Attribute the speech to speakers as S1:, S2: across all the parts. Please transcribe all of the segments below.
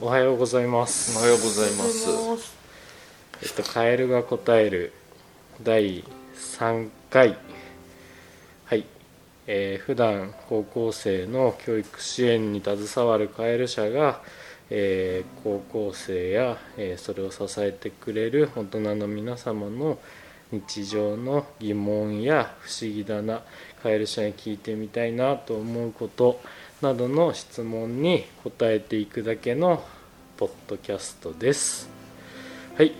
S1: おはようございます
S2: おはようございます
S1: えっと、カエルが答える第3回はい、えー普段高校生の教育支援に携わるカエル社が、えー高校生や、えーそれを支えてくれる大人の皆様の日常の疑問や不思議だなカエル社に聞いてみたいなと思うことなどの質問に答えていくだけのポッドキャストです。はい、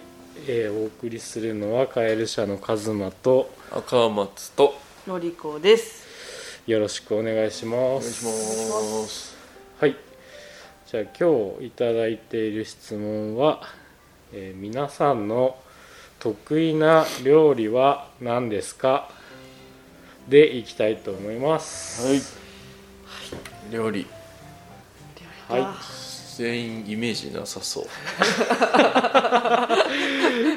S1: えーお送りするのはカエル社のカズマと
S2: 赤松と
S3: ロリコです。
S1: よろしくお願いしま
S2: お願いし
S1: す。
S2: ます
S1: はい。じゃあ今日いただいている質問は、えー皆さんの得意な料理は何ですかでいきたいと思います。
S2: はい料理
S1: はい
S3: や
S2: 全員イメージなさそう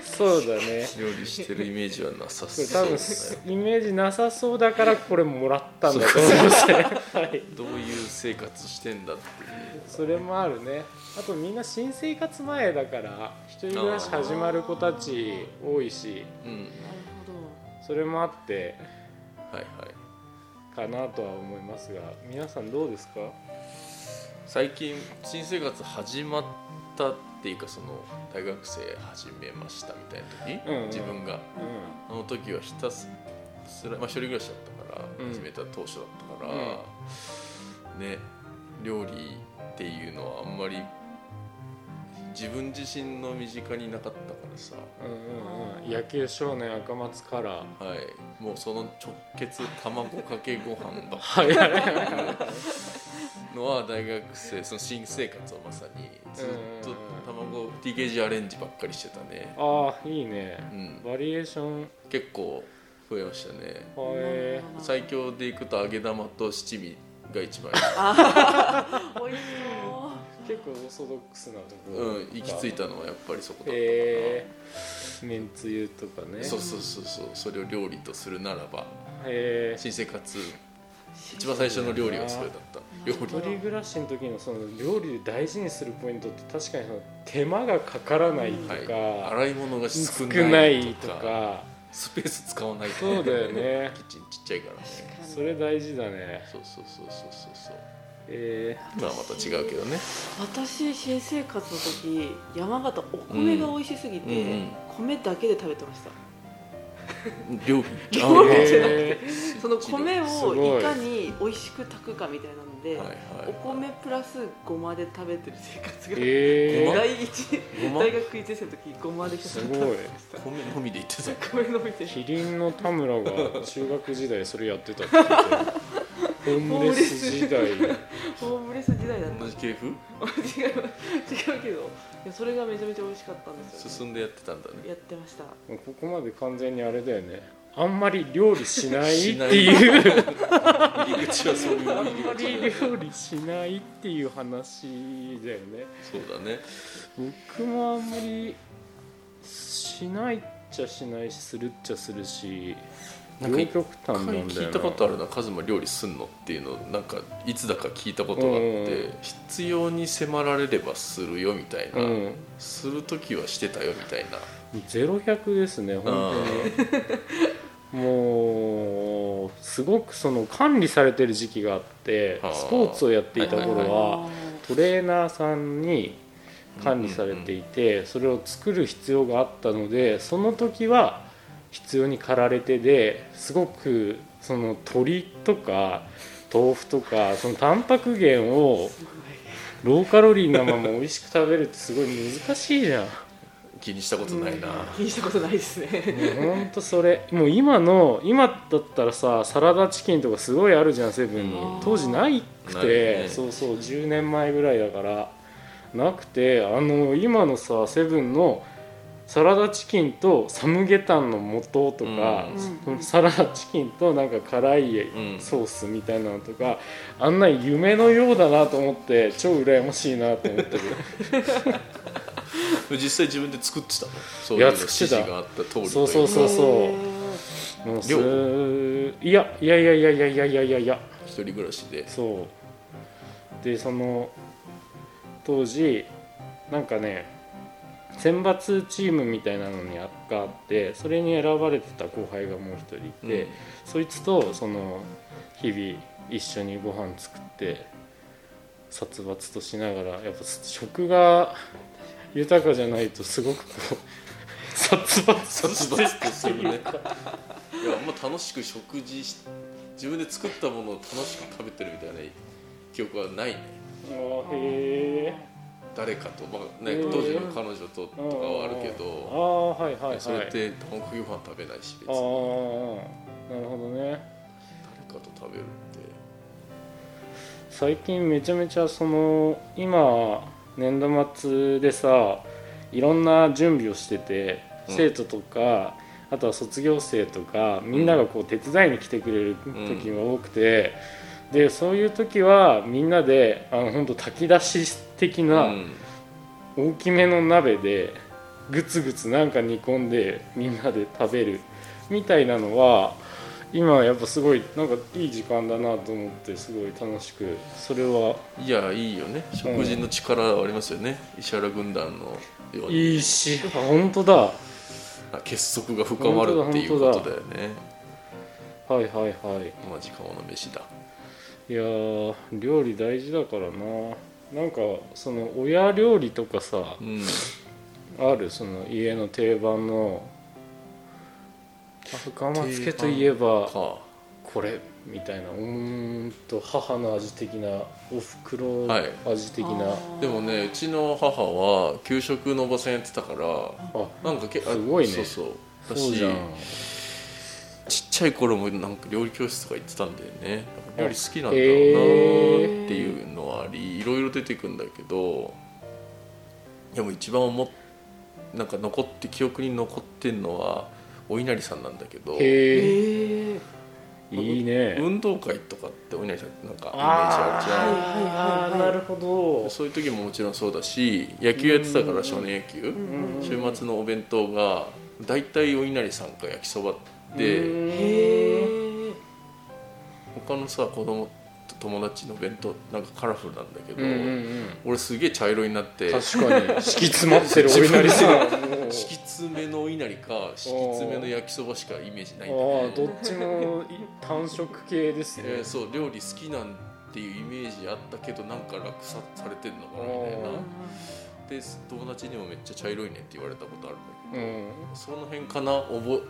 S1: そうだね。
S2: 料理してるイメージはなさ
S1: こ
S2: そ
S1: れ
S2: う
S1: 多分
S2: ですね
S1: イメージなさそうだからこれもらったんだと思うんですね。はい。
S2: どういう生活してんだっていう
S1: それもあるねあとみんな新生活前だから一人暮らし始まる子たち多いし
S2: うん
S3: なるほど。
S1: それもあって
S2: はいはい
S1: かなとは思いますが皆さんどうですか
S2: 最近新生活始まったっていうかその大学生始めましたみたいな時、
S1: うんうん
S2: 自分があの時はひたすら、まあ、一人暮らしだったから、
S1: うん
S2: 始めた当初だったから、ね料理っていうのはあんまり自分自身の身近になかったからさ、
S1: うんうんうんうん野球少年赤松から
S2: はい、もうその直結卵かけご飯ばっか
S1: はいはいはい
S2: りのは大学生その新生活をまさにずっと卵 TKG アレンジばっかりしてたね、
S1: ああいいね
S2: うん、
S1: バリエーションは
S2: 結構増えましたね
S1: え
S2: 最強でいくと揚げ玉と七味が一番いい
S3: 美味しそ
S1: 結構オーソドックスなところ
S2: うん、行き着いたのはやっぱりそこだったかな、
S1: えー、めんつゆとかね
S2: そうそうそうそうそれを料理とするならば
S1: えー
S2: 新生活一番最初の料理はそれだった料
S1: 一人
S2: 理
S1: 暮らしの時のその料理で大事にするポイントって確かにその手間がかからないとか、
S2: はい、洗い物が
S1: 少
S2: 少
S1: な
S2: ない
S1: い
S2: と
S1: と
S2: か
S1: か
S2: スペース使わないと
S1: そうだよね
S2: キッチンちっちゃいからね
S3: う。
S1: それ大事だね
S2: そうそうそうそうそうそう
S1: え
S2: 今はまた違うけどね
S3: 私新生活の時山形お米が美味しすぎて、
S2: うんうん
S3: 米だけで食べてました。
S2: 料理あ
S3: 料理
S2: ー
S3: じゃな
S2: まあ
S3: く
S1: て
S3: その米
S1: すご
S3: を
S1: い
S3: いかに美味しく炊くかみたいなので、
S2: はいはい
S3: お米プラスごまで食べてる生 活が、
S1: え
S2: ごま
S1: ー、
S3: 第一
S2: ごま
S3: 大学一年生の時ごまでひたすら食べてました。
S2: 米のみで言ってた
S3: 米のみで。
S1: キリンの田村が中学時代それやってたって言ってたよホームレス時代
S3: ホームレス時代だった。
S2: 同じ系譜
S3: 違う違うけどいやそれがめちゃめちゃ美味しかったんですよ、
S2: 進んでやってたんだね
S3: やってました
S1: もうここまで完全にあれだよねあんまり料理しないって
S2: しない
S1: いう
S2: 入り口はそういう
S1: あん
S2: 入り
S1: まり
S2: 口だね
S1: 料理しないっていう話だよね
S2: そうだね
S1: 僕もあんまりしないっちゃしないしするっちゃするし
S2: なんか
S1: 両極端なんだよな
S2: 聞いたことあるなカズマ料理すんのっていうのなんかいつだか聞いたことがあって、
S1: うん
S2: 必要に迫られればするよみたいな、
S1: うん
S2: する時はしてたよみたいな
S1: ゼロ百ですね本当にもうすごくその管理されてる時期があって
S2: はあ
S1: スポーツをやっていた頃
S2: はい
S1: はトレーナーさんに管理されていてそれを作る必要があったのでその時は必要に駆られてですごくその鶏とか豆腐とかそのタンパク源を
S3: すごい
S1: ローカロリーなまま美味しく食べるってすごい難しいじゃん。
S2: 気にしたことないな、
S3: 気にしたことないですね
S1: もうほんとそれもう今の今だったらさサラダチキンとかすごいあるじゃんセブンに
S3: うん
S1: 当時ないく
S2: ない
S1: て、
S2: ね
S1: そうそう10年前ぐらいだからなくてあの今のさセブンのサラダチキンとサムゲタンの素とか、
S3: うんうん
S1: サラダチキンとなんか辛い
S2: うん
S1: ソースみたいなのとか、あんなん夢のようだなと思って超羨ましいなと思 ってる
S2: 実際自分で作ってたのそう
S1: い
S2: いう
S1: や
S2: の指示があった通りというか
S1: そうそうそうそう
S3: へ
S1: もうすいやいやいやいやいやいやいやいやいや
S2: 一人暮らしで
S1: そうでその当時なんかね選抜チームみたいなのにあがあってそれに選ばれてた後輩がもう一人いて、そいつとその日々一緒にご飯作って殺伐としながらやっぱ食が豊かじゃないとすごくこう 殺伐と
S2: 殺
S1: して
S2: 伐とするねいやあんま楽しく食事し自分で作ったものを楽しく食べてるみたいな記憶はないね
S1: あーへえ
S2: 誰かと、まあね
S1: うん
S2: 当時の彼女ととかはあるけ
S1: あ
S2: ど、
S1: あはいはいはい
S2: それって本格ご飯食べないし別
S1: ああなる
S2: に
S1: ほどね
S2: 誰かと食べるって
S1: 最近めちゃめちゃその今年度末でさいろんな準備をしてて
S2: うん
S1: 生徒とか、あとは卒業生とかみんながこう手伝いに来てくれる時が多くて、でそういう時はみんなであの本当炊き出し的
S2: う
S1: なん大きめの鍋でグツグツなんか煮込んでみんなで食べるみたいなのは今やっぱすごいなんかいい時間だなと思ってすごい楽しくそれはい
S2: やいいよね食事の力はありますよね、石原軍団のように
S1: いいしあ本当だは
S2: あ結束が深まるっていうことだよね
S1: いはいはい
S2: 同じ顔の飯だ
S1: いやー料理大事だからななんかその親料理とかさ
S2: うん
S1: あるその家の定番のあ深松家といえば
S2: か
S1: これみたいなうーんと母の味的なおふくろ
S2: はい
S1: 味的な、
S2: でもねうちの母は給食のおばさんやってたから
S1: あ
S2: なんかけあ
S1: すごいね
S2: そうそう
S1: そ
S2: だ
S1: う
S2: し
S1: じゃん
S2: ちっちゃい頃もなんか料理教室とか行ってたんだよね料理好きなんだろうなって
S1: へ
S3: ー
S2: いうのはありいろいろ出てくんだけどでも一番思っなんか残って記憶に残ってんのはお稲荷さんなんだけど
S1: へえ
S3: ええ
S1: いいね、
S2: 運動会とかってお稲荷さんってなんかイメージあるじゃん
S1: あー
S3: はいはいはいはい
S1: なるほど
S2: そういう時ももちろんそうだし野球やってたから少年野球
S1: うん
S2: 週末のお弁当が大体お稲荷さんか焼きそばで
S1: へえ
S3: へえ
S2: 他のさ子供と友達の弁当なんかカラフルなんだけど、
S1: うんうん
S2: 俺すげえ茶色になって
S1: うん、
S2: 敷
S1: 確かに敷き詰まってるお稲荷 さん
S2: き詰めのお稲荷か敷き詰めの焼きそばしかイメージないんだ
S1: ああ
S2: け
S1: ど
S2: ど
S1: っちも単色系です
S2: えー
S1: ね
S2: そう料理好きなんていうイメージあったけどなんか落札されてんのかなみたい
S1: あ
S2: なで友達にもめっちゃ茶色いねって言われたことあるんだけ
S1: うん
S2: どその辺かな覚え覚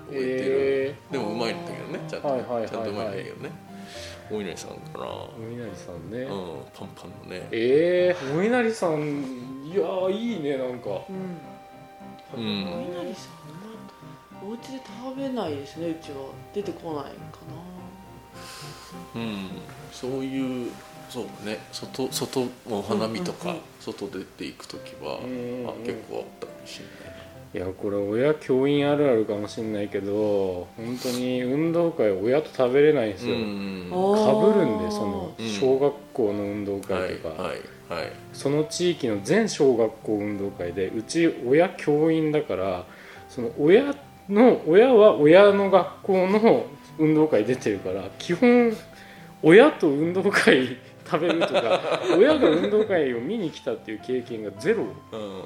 S1: え
S2: えてる、でもうまいんだけどねちゃんと、
S1: はいはいはいはい
S2: ちゃんとうまいんだけどねお稲荷さんかな、
S1: ー、お稲荷さんね、
S2: うんパンパンのね
S1: えー、お稲荷さんいやーいいねなんか
S3: うん
S2: う
S3: お
S2: ん
S3: 稲荷さんあんまお家で食べないですねうちは出てこないかな
S2: うん、そういうそうね外外お花見とか、
S3: うんうんうん
S2: 外出ていく時は、
S1: うんうんうん
S2: あ、結構あったかもしれな
S1: い
S2: い
S1: やこれ親教員あるあるかもしれないけど本当に運動会親と食べれないんですよ、
S2: うんは
S1: か
S3: おー
S1: ぶるんでその
S2: うん
S1: 小学校の運動
S2: いは
S1: 会とか、
S2: いはい
S1: その地域の全小学校運動会でうち親教員だからその親の親は親の学校の運動会出てるから基本親と運動会食べるとか親が運動会を見に来たっていう経験がゼロ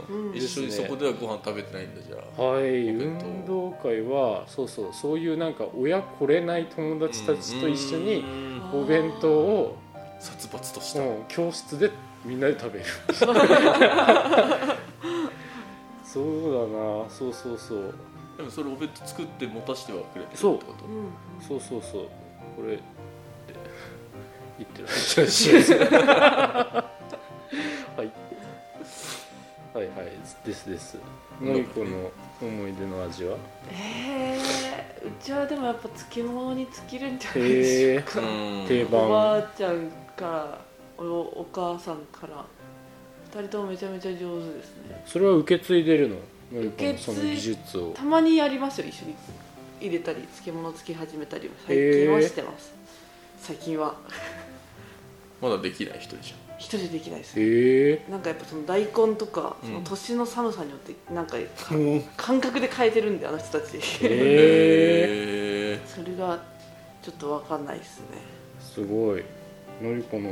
S2: うん
S3: うん
S2: 一緒に
S1: です
S2: そ
S1: ね
S2: こではご飯食べてないんだじゃあ
S1: はい
S2: お弁当
S1: 運動会はそうそうそういうなんか親来れない友達たちと一緒
S2: う
S1: に
S2: ん
S1: お弁当を
S2: 殺伐とした、
S1: うん教室でみんなで食べ るそうだなそうそうそう
S2: でもそれお弁当作って持たせてはくれてるって
S1: そう
S2: こと
S3: うんうん
S1: そうそうそうこれって言ってる はいはいはいですですのりこの思い出の味は
S3: ええうちはでもやっぱ漬物に尽きるんじゃない
S1: へ
S3: で
S1: え
S3: しょうか、
S2: うん
S1: 定番
S3: おばあちゃんからおお母さんから二人ともめちゃめちゃ上手ですね
S1: それは受け継いでるののりこ
S3: 受
S1: の
S3: け継
S1: そ
S3: い
S1: の技術を
S3: たまにやりますよ一緒に入れたり漬物つき始めたりも最
S1: へ
S3: 近
S1: ー
S3: はしてます、最近は
S2: まだできない人じ
S3: 一人でできないです
S1: へえ
S3: なんかやっぱその大根とか
S2: うん
S3: その年の寒さによってなんか
S1: へ
S3: 感覚で変えてるんであの人た
S1: へ
S2: ゃん
S3: ち
S2: へえ
S3: それがちょっと分かんないですね
S1: すごいのりこの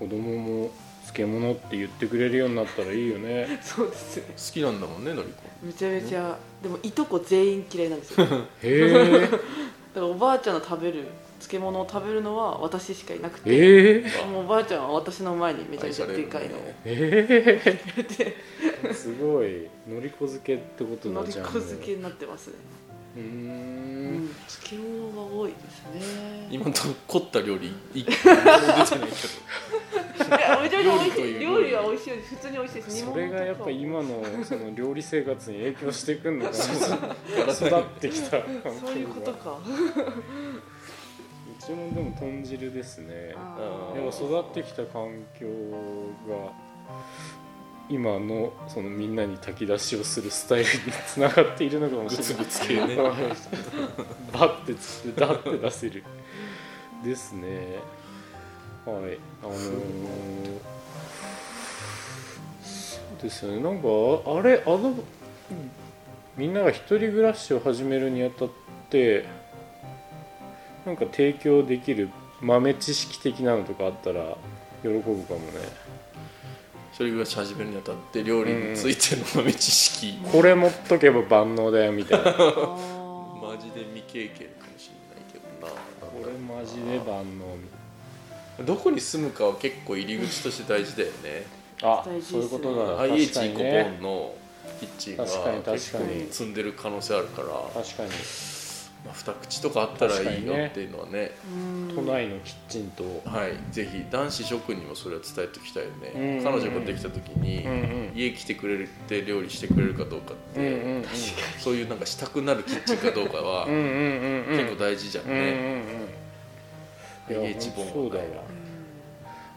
S1: 子供も漬物って言ってくれるようになったらいいよね
S3: そうです
S2: き
S3: ね
S2: なんだもんねのりこ
S3: めちゃめちゃでもいとこ全員嫌いなんですよだか
S1: へ
S3: らおばあちゃんの食べる漬物を食べるのは私しかいなく
S1: え
S3: て
S1: えー、
S3: もうおばあちゃんは私の前にめちゃめ
S2: 愛
S3: ちゃ
S2: される
S3: で
S2: ね
S3: かいのを
S1: え
S3: 入れて
S1: ー、すごいのりこ漬けってこと
S3: の
S1: だ
S3: り
S1: じゃん
S3: こ漬けになってますね、
S1: うー
S3: うん ん、漬物が多いですね
S2: 今のとこ凝った料理一個も出てないけど
S3: いやめちゃめちゃ美味しい
S2: 料
S3: 料
S2: 理
S3: 理
S2: という
S3: は美味しい普通に美味しいです
S1: それがやっぱ今のその料理生活に影響してくんのかな
S2: そう
S1: 育ってきた環境が
S3: そういうことか
S1: うちもでも豚汁ですね
S3: あー
S1: でも育ってきた環境が今のそのみんなに炊き出しをするスタイルにつながっているのかも
S2: グ
S1: し
S2: ツ
S1: れな
S2: グ
S1: い
S2: ツ系ね
S1: バッてつってダッて出せるですねはいあのーそうですよねなんかああれあのみんなが一人暮らしを始めるにあたってなんか提供できる豆知識的なのとかあったら喜ぶかもね
S2: 一人暮らし始めるにあたって料理についての豆知識、
S1: これ持っとけば万能だよみたいな こ
S2: マ
S3: マ
S2: ジで未経験かもしれないけどな
S1: れマジで万能みたい
S2: どこに住むかは結構入り口として大事だよね
S1: なあ
S3: 大事
S1: そう
S3: ですね
S1: いうことだな
S2: IH
S1: 確か
S2: イ
S1: に
S2: コボ
S1: ね
S2: ンのキッチンが
S1: 確かに確かに
S2: 結構積んでる可能性あるから、ま
S1: 確かに
S2: あ、二口とかあったらいいよっていうのはね
S1: 都内のキッチンと、
S2: はいぜひ男子諸君にもそれは伝えておきたいよね、
S1: うん
S2: 彼女ができた時に、
S1: ん
S2: 家来てくれて料理してくれるかどうかって、
S1: うん
S2: そういうなんかしたくなるキッチンかどうかは
S1: うんうんうんうん
S2: 結構大事じゃん
S1: うんうんう
S2: ね、
S1: んうんいや
S2: IH ボンは
S1: そうだわ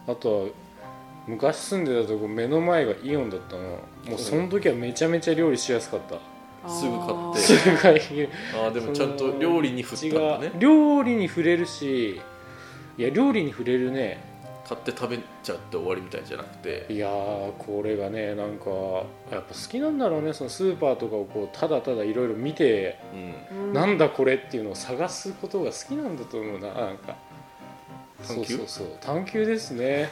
S1: あとは昔住んでたとこ目の前がイオンだったのもうその時はめちゃめちゃ料理しやすか った
S2: すぐ買って
S1: すぐ買い
S2: ああでもちゃんと料理に振ったんだね
S1: 料理に触れるしいや料理に触れるね
S2: 買って食べちゃって終わりみたいじゃなくて
S1: いやーこれがねなんかやっぱ好きなんだろうねそのスーパーとかをこうただただいろいろ見て
S2: うん
S1: な
S3: なん
S1: だこれっていうのを探すことが好きなんだと思うななんか
S2: 探
S1: そ
S2: 求
S1: うそうそう探求ですね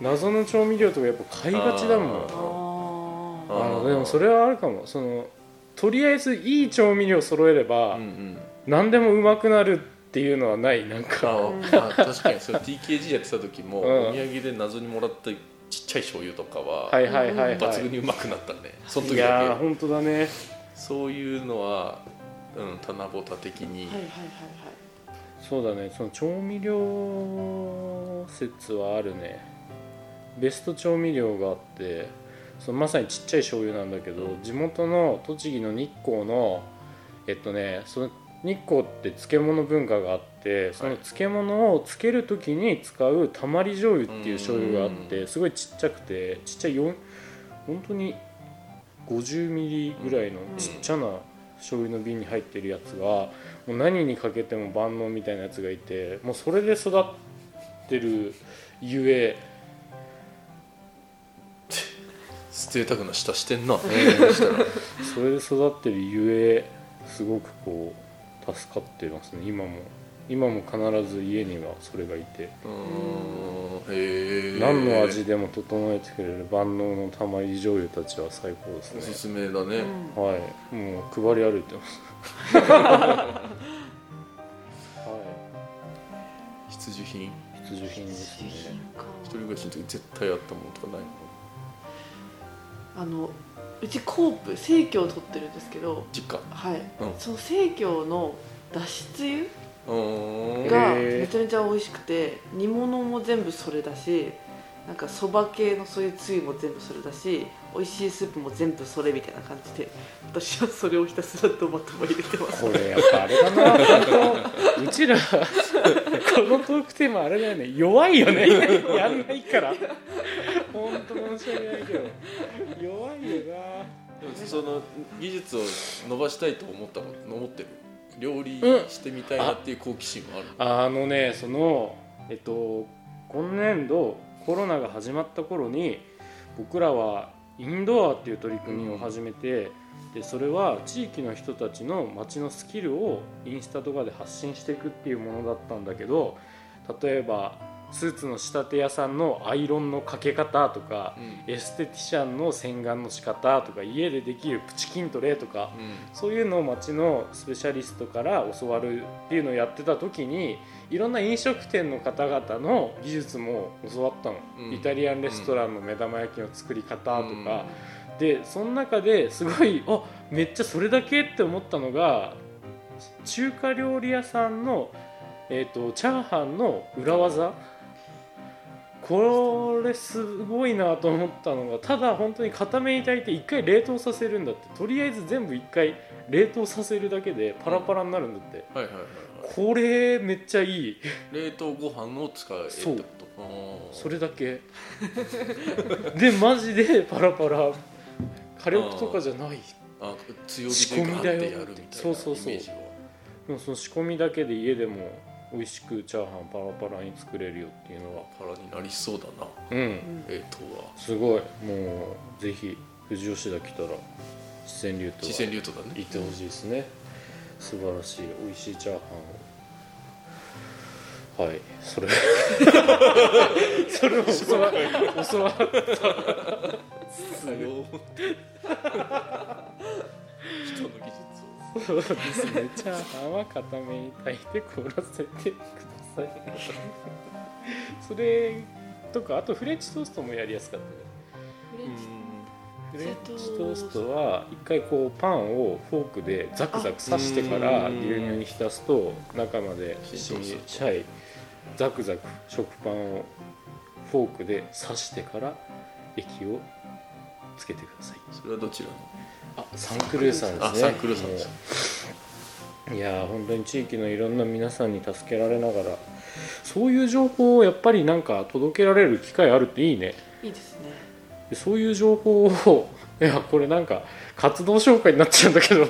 S1: 謎の調味料とかやっぱ買いがちだもん
S2: あー
S1: あ
S2: ー
S1: のでもそれはあるかもそのとりあえずいい調味料揃えれば、
S2: うんうん
S1: 何でもうまくなるっていうのはないなん
S2: あ
S1: か
S2: ー、あー確かにそれ TKG やってた時も、
S1: うん
S2: お土産で謎にもらったちっちゃい醤油とかは、
S1: はいはいはいは
S2: 抜群
S1: い
S2: にうまくなったね、その
S1: い
S2: 時だけ
S1: やー本当だね
S2: そういうのは、うん、棚ぼた的に、
S3: はいはいはい
S1: そうだねその調味料説はあるねベスト調味料があってそのまさにちっちゃい醤油なんだけど地元の栃木の日光のえっとねその日光って漬物文化があってその漬物を漬ける時に使うたまり醤油っていう醤油があっ
S2: う
S1: てすごいちっちゃくてちっちゃい4本当に50ミリぐらいのちっちゃな醤油の瓶に入ってるやつがもう何にかけても万能みたいなやつがいてもうそれで育ってるゆえ
S2: 贅沢な舌してんな、
S1: それで育ってるゆえすごくこう助かってますね今も今も必ず家にはそれがいて、
S2: うーんへえ
S1: 何の味でも整えてくれる万能のたまり醤油たちは最高です
S2: おす
S1: ね
S2: すめだね、
S3: はいうん
S1: はいもう配り歩いてます は
S2: 必需品
S1: い必需品です
S3: 自
S1: ね
S3: 品か
S2: 一人暮らしの時絶対あったものとかないの
S3: あのうちコープ生協を取ってるんですけど
S2: 実家
S3: はい
S2: うん
S3: その生協のだしつゆ
S2: うーん
S3: が
S1: へー
S3: めちゃめちゃ美味しくて煮物も全部それだしなんかそば系のそういうつゆも全部それだし美味しいスープも全部それみたいな感じで私はそれをひたすらドバドバ入れてます
S1: これやっぱあれだな本当うちらこのトークテーマあれだよね弱いよねやんないから本当申し訳ないけど弱いよ
S2: でもその技術を伸ばしたいと思ったこと思ってる料理
S1: うん
S2: してみたいなっていう好奇心はある、
S1: なあのねそのえっと今年度コロナが始まった頃に僕らはインドアっていう取り組みを始めて、でそれは地域の人たちの街のスキルをインスタとかで発信していくっていうものだったんだけど例えばスーツの仕立て屋さんのアイロンのかけ方とか
S2: う、ん
S1: エステティシャンの洗顔の仕方とか家でできるプチ筋トレとか、
S2: うん
S1: そういうのを町のスペシャリストから教わるっていうのをやってた時にいろんな飲食店の方々の技術も教わったの、
S2: うん
S1: イタリアンレストランの目玉焼きの作り方とか、でその中ですごいあめっちゃそれだけって思ったのが中華料理屋さんの、えー、とチャーハンの裏技これすごいなと思ったのがただ本当に固めに炊いて一回冷凍させるんだってとりあえず全部一回冷凍させるだけでパラパラになるんだって、
S2: はいはいはいはい
S1: これめっちゃいい
S2: 冷凍ご飯を使えって
S1: そう
S2: ことあー
S1: それだけでマジでパラパラ火力とかじゃない
S2: あ強
S1: 仕
S2: 火で
S1: 込み
S2: ガ
S1: だ
S2: ー
S1: よ
S2: ってやるみたいなイメージ
S1: そうそうそう
S2: は
S1: でもその仕込みだけで家でも美味しくチャーハンパラパラに作れるよっていうのは
S2: パラになりそうだな
S1: うん
S3: うん
S2: 冷凍は
S1: すごいもうぜひ富士吉田来たら四川流と
S2: 四川流とだね
S1: 行ってほしいですね素晴らしい美味しいチャーハンをはいそ れそれを教わ教わ
S2: 強い人の技術を
S1: そうですね。チャーハンは固めに炊いて凍らせてください。それとかあとフレンチトーストもやりやすかった
S3: フレンチ
S1: ね。フレンチトーストは一回こうパンをフォークでザクザク刺してから
S2: あう
S1: 牛
S2: ん
S1: 乳に浸すと中まで
S2: 浸
S1: 染
S2: 透す
S1: み
S2: る
S1: はいザクザク食パンをフォークで刺してから液をつけてください。
S2: それはどちらの
S1: あサンクルーさんですね。
S2: あサンクルーさんです
S1: もういやー本当に地域のいろんな皆さんに助けられながらそういう情報をやっぱりなんか届けられる機会あるっていいね
S3: いいですね
S1: でそういう情報を いやこれなんか活動紹介になっちゃうんだけど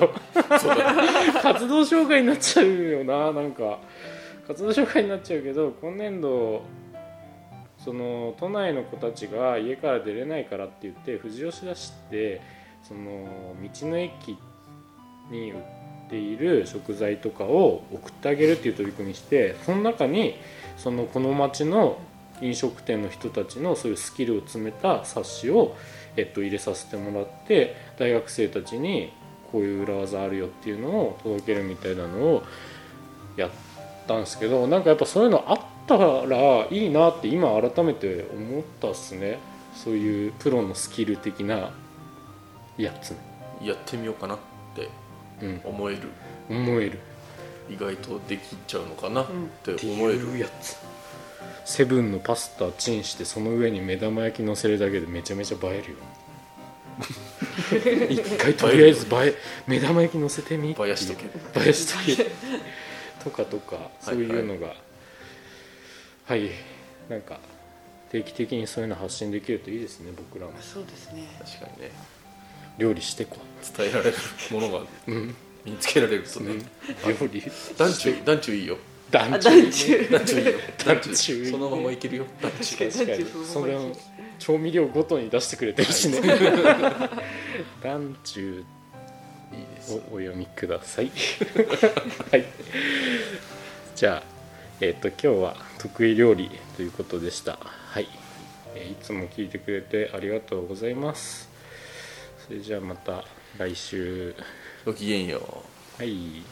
S2: そうだね
S1: 活動紹介になっちゃうよななんか活動紹介になっちゃうけど今年度その都内の子たちが家から出れないからって言って富士吉田市ってその道の駅に売っている食材とかを送ってあげるっていう取り組みしてその中にそのこの町の飲食店の人たちのそういうスキルを詰めた冊子を、えっと、入れさせてもらって大学生たちにこういう裏技あるよっていうのを届けるみたいなのをやったんですけどなんかやっぱそういうのあったらいいなって今改めて思ったっすねそういうプロのスキル的なやつね
S2: やってみようかなって
S1: うん
S2: 思える
S1: 思える
S2: 意外とできちゃうのかなっ
S3: ん
S2: て
S1: って
S2: 思える、
S1: いうやつセブンのパスタチンしてその上に目玉焼き乗せるだけでめちゃめちゃ映え るよ一回とりあえず映え目玉焼き乗せてみっていう
S2: バヤしとけ
S1: バヤし とけとかとかそういうのがはい、なんか定期的にそういうの発信できるといいですね僕らも
S3: そうですね
S2: 確かにね
S1: 料理してこ
S2: 伝えられるものが
S1: う、うん
S2: 身につけられると
S1: う
S2: ね、
S1: ん、料理
S2: 団中団中いいよ
S1: 団
S3: あ
S1: 地
S3: 団
S2: 団
S3: 中
S2: 中いいよ 団
S1: 団中いい
S2: 中
S1: ね
S2: そのままいけるよ団中
S3: 確
S1: 確かに
S3: 団地
S1: それを調味料ごとに出してくれてるし ね団中
S2: いいです
S1: をお読みください はいじゃあえっ、と今日は得意料理ということでしたはい、えーいつも聞いてくれてありがとうございますそれじゃあまた来週
S2: ごきげんよう
S1: はい